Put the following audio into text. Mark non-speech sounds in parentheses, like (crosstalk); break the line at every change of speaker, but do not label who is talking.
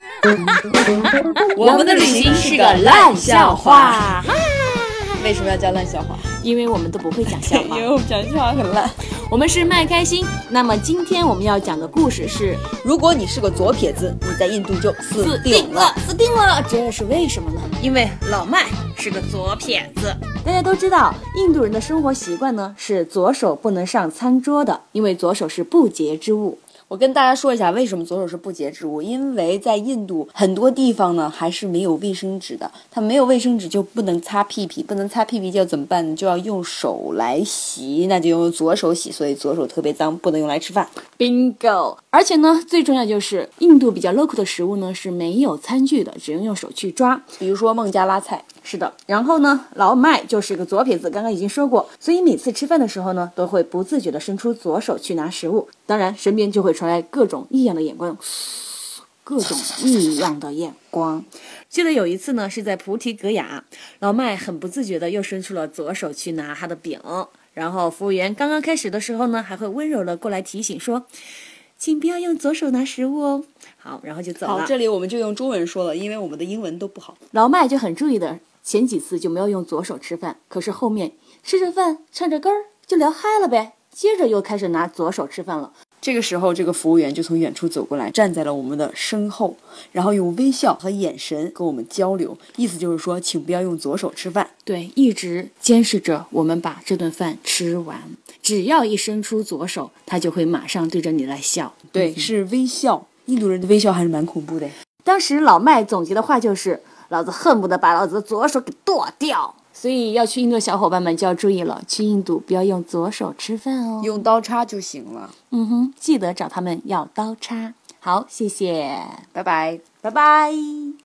(laughs) 我们的旅行是个烂笑
(laughs)
话。为什么要叫烂笑话？
因为我们都不会讲 (laughs) 笑话，
我们讲笑话很烂。
我们是麦开心。那么今天我们要讲的故事是
如果你是个左撇子，你在印度就死
(laughs) 死
定
定
了
了。，死定了，这是为什么呢？
因为老麦是个左撇子。
大家都知道，印度人的生活习惯呢是左手不能上餐桌的，因为左手是不洁之物。
我跟大家说一下，为什么左手是不洁之物？因为在印度很多地方呢，还是没有卫生纸的。它没有卫生纸就不能擦屁屁，不能擦屁屁就要怎么办呢？就要用手来洗，那就用左手洗，所以左手特别脏，不能用来吃饭。
Bingo！而且呢，最重要就是印度比较 local 的食物呢是没有餐具的，只能用手去抓。
比如说孟加拉菜，
是的，然后呢，老麦就是个左撇子，刚刚已经说过，所以每次吃饭的时候呢，都会不自觉地伸出左手去拿食物，当然身边就会传来各种异样的眼光，各种异样的眼光。记得有一次呢，是在菩提格雅，老麦很不自觉地又伸出了左手去拿他的饼，然后服务员刚刚开始的时候呢，还会温柔地过来提醒说，请不要用左手拿食物哦。好，然后就走了。
好，这里我们就用中文说了，因为我们的英文都不好。
老麦就很注意的，前几次就没有用左手吃饭，可是后面吃着饭唱着歌儿就聊嗨了呗，接着又开始拿左手吃饭了。
这个时候，这个服务员就从远处走过来，站在了我们的身后，然后用微笑和眼神跟我们交流，意思就是说，请不要用左手吃饭。
对，一直监视着我们把这顿饭吃完。只要一伸出左手，他就会马上对着你来笑。嗯
对，是微笑。印度人的微笑还是蛮恐怖的。
当时老麦总结的话就是：“老子恨不得把老子的左手给剁掉。”所以要去印度的小伙伴们就要注意了，去印度不要用左手吃饭哦。
用刀叉就行了。
嗯哼，记得找他们要刀叉。好，谢谢。
拜拜。
拜拜。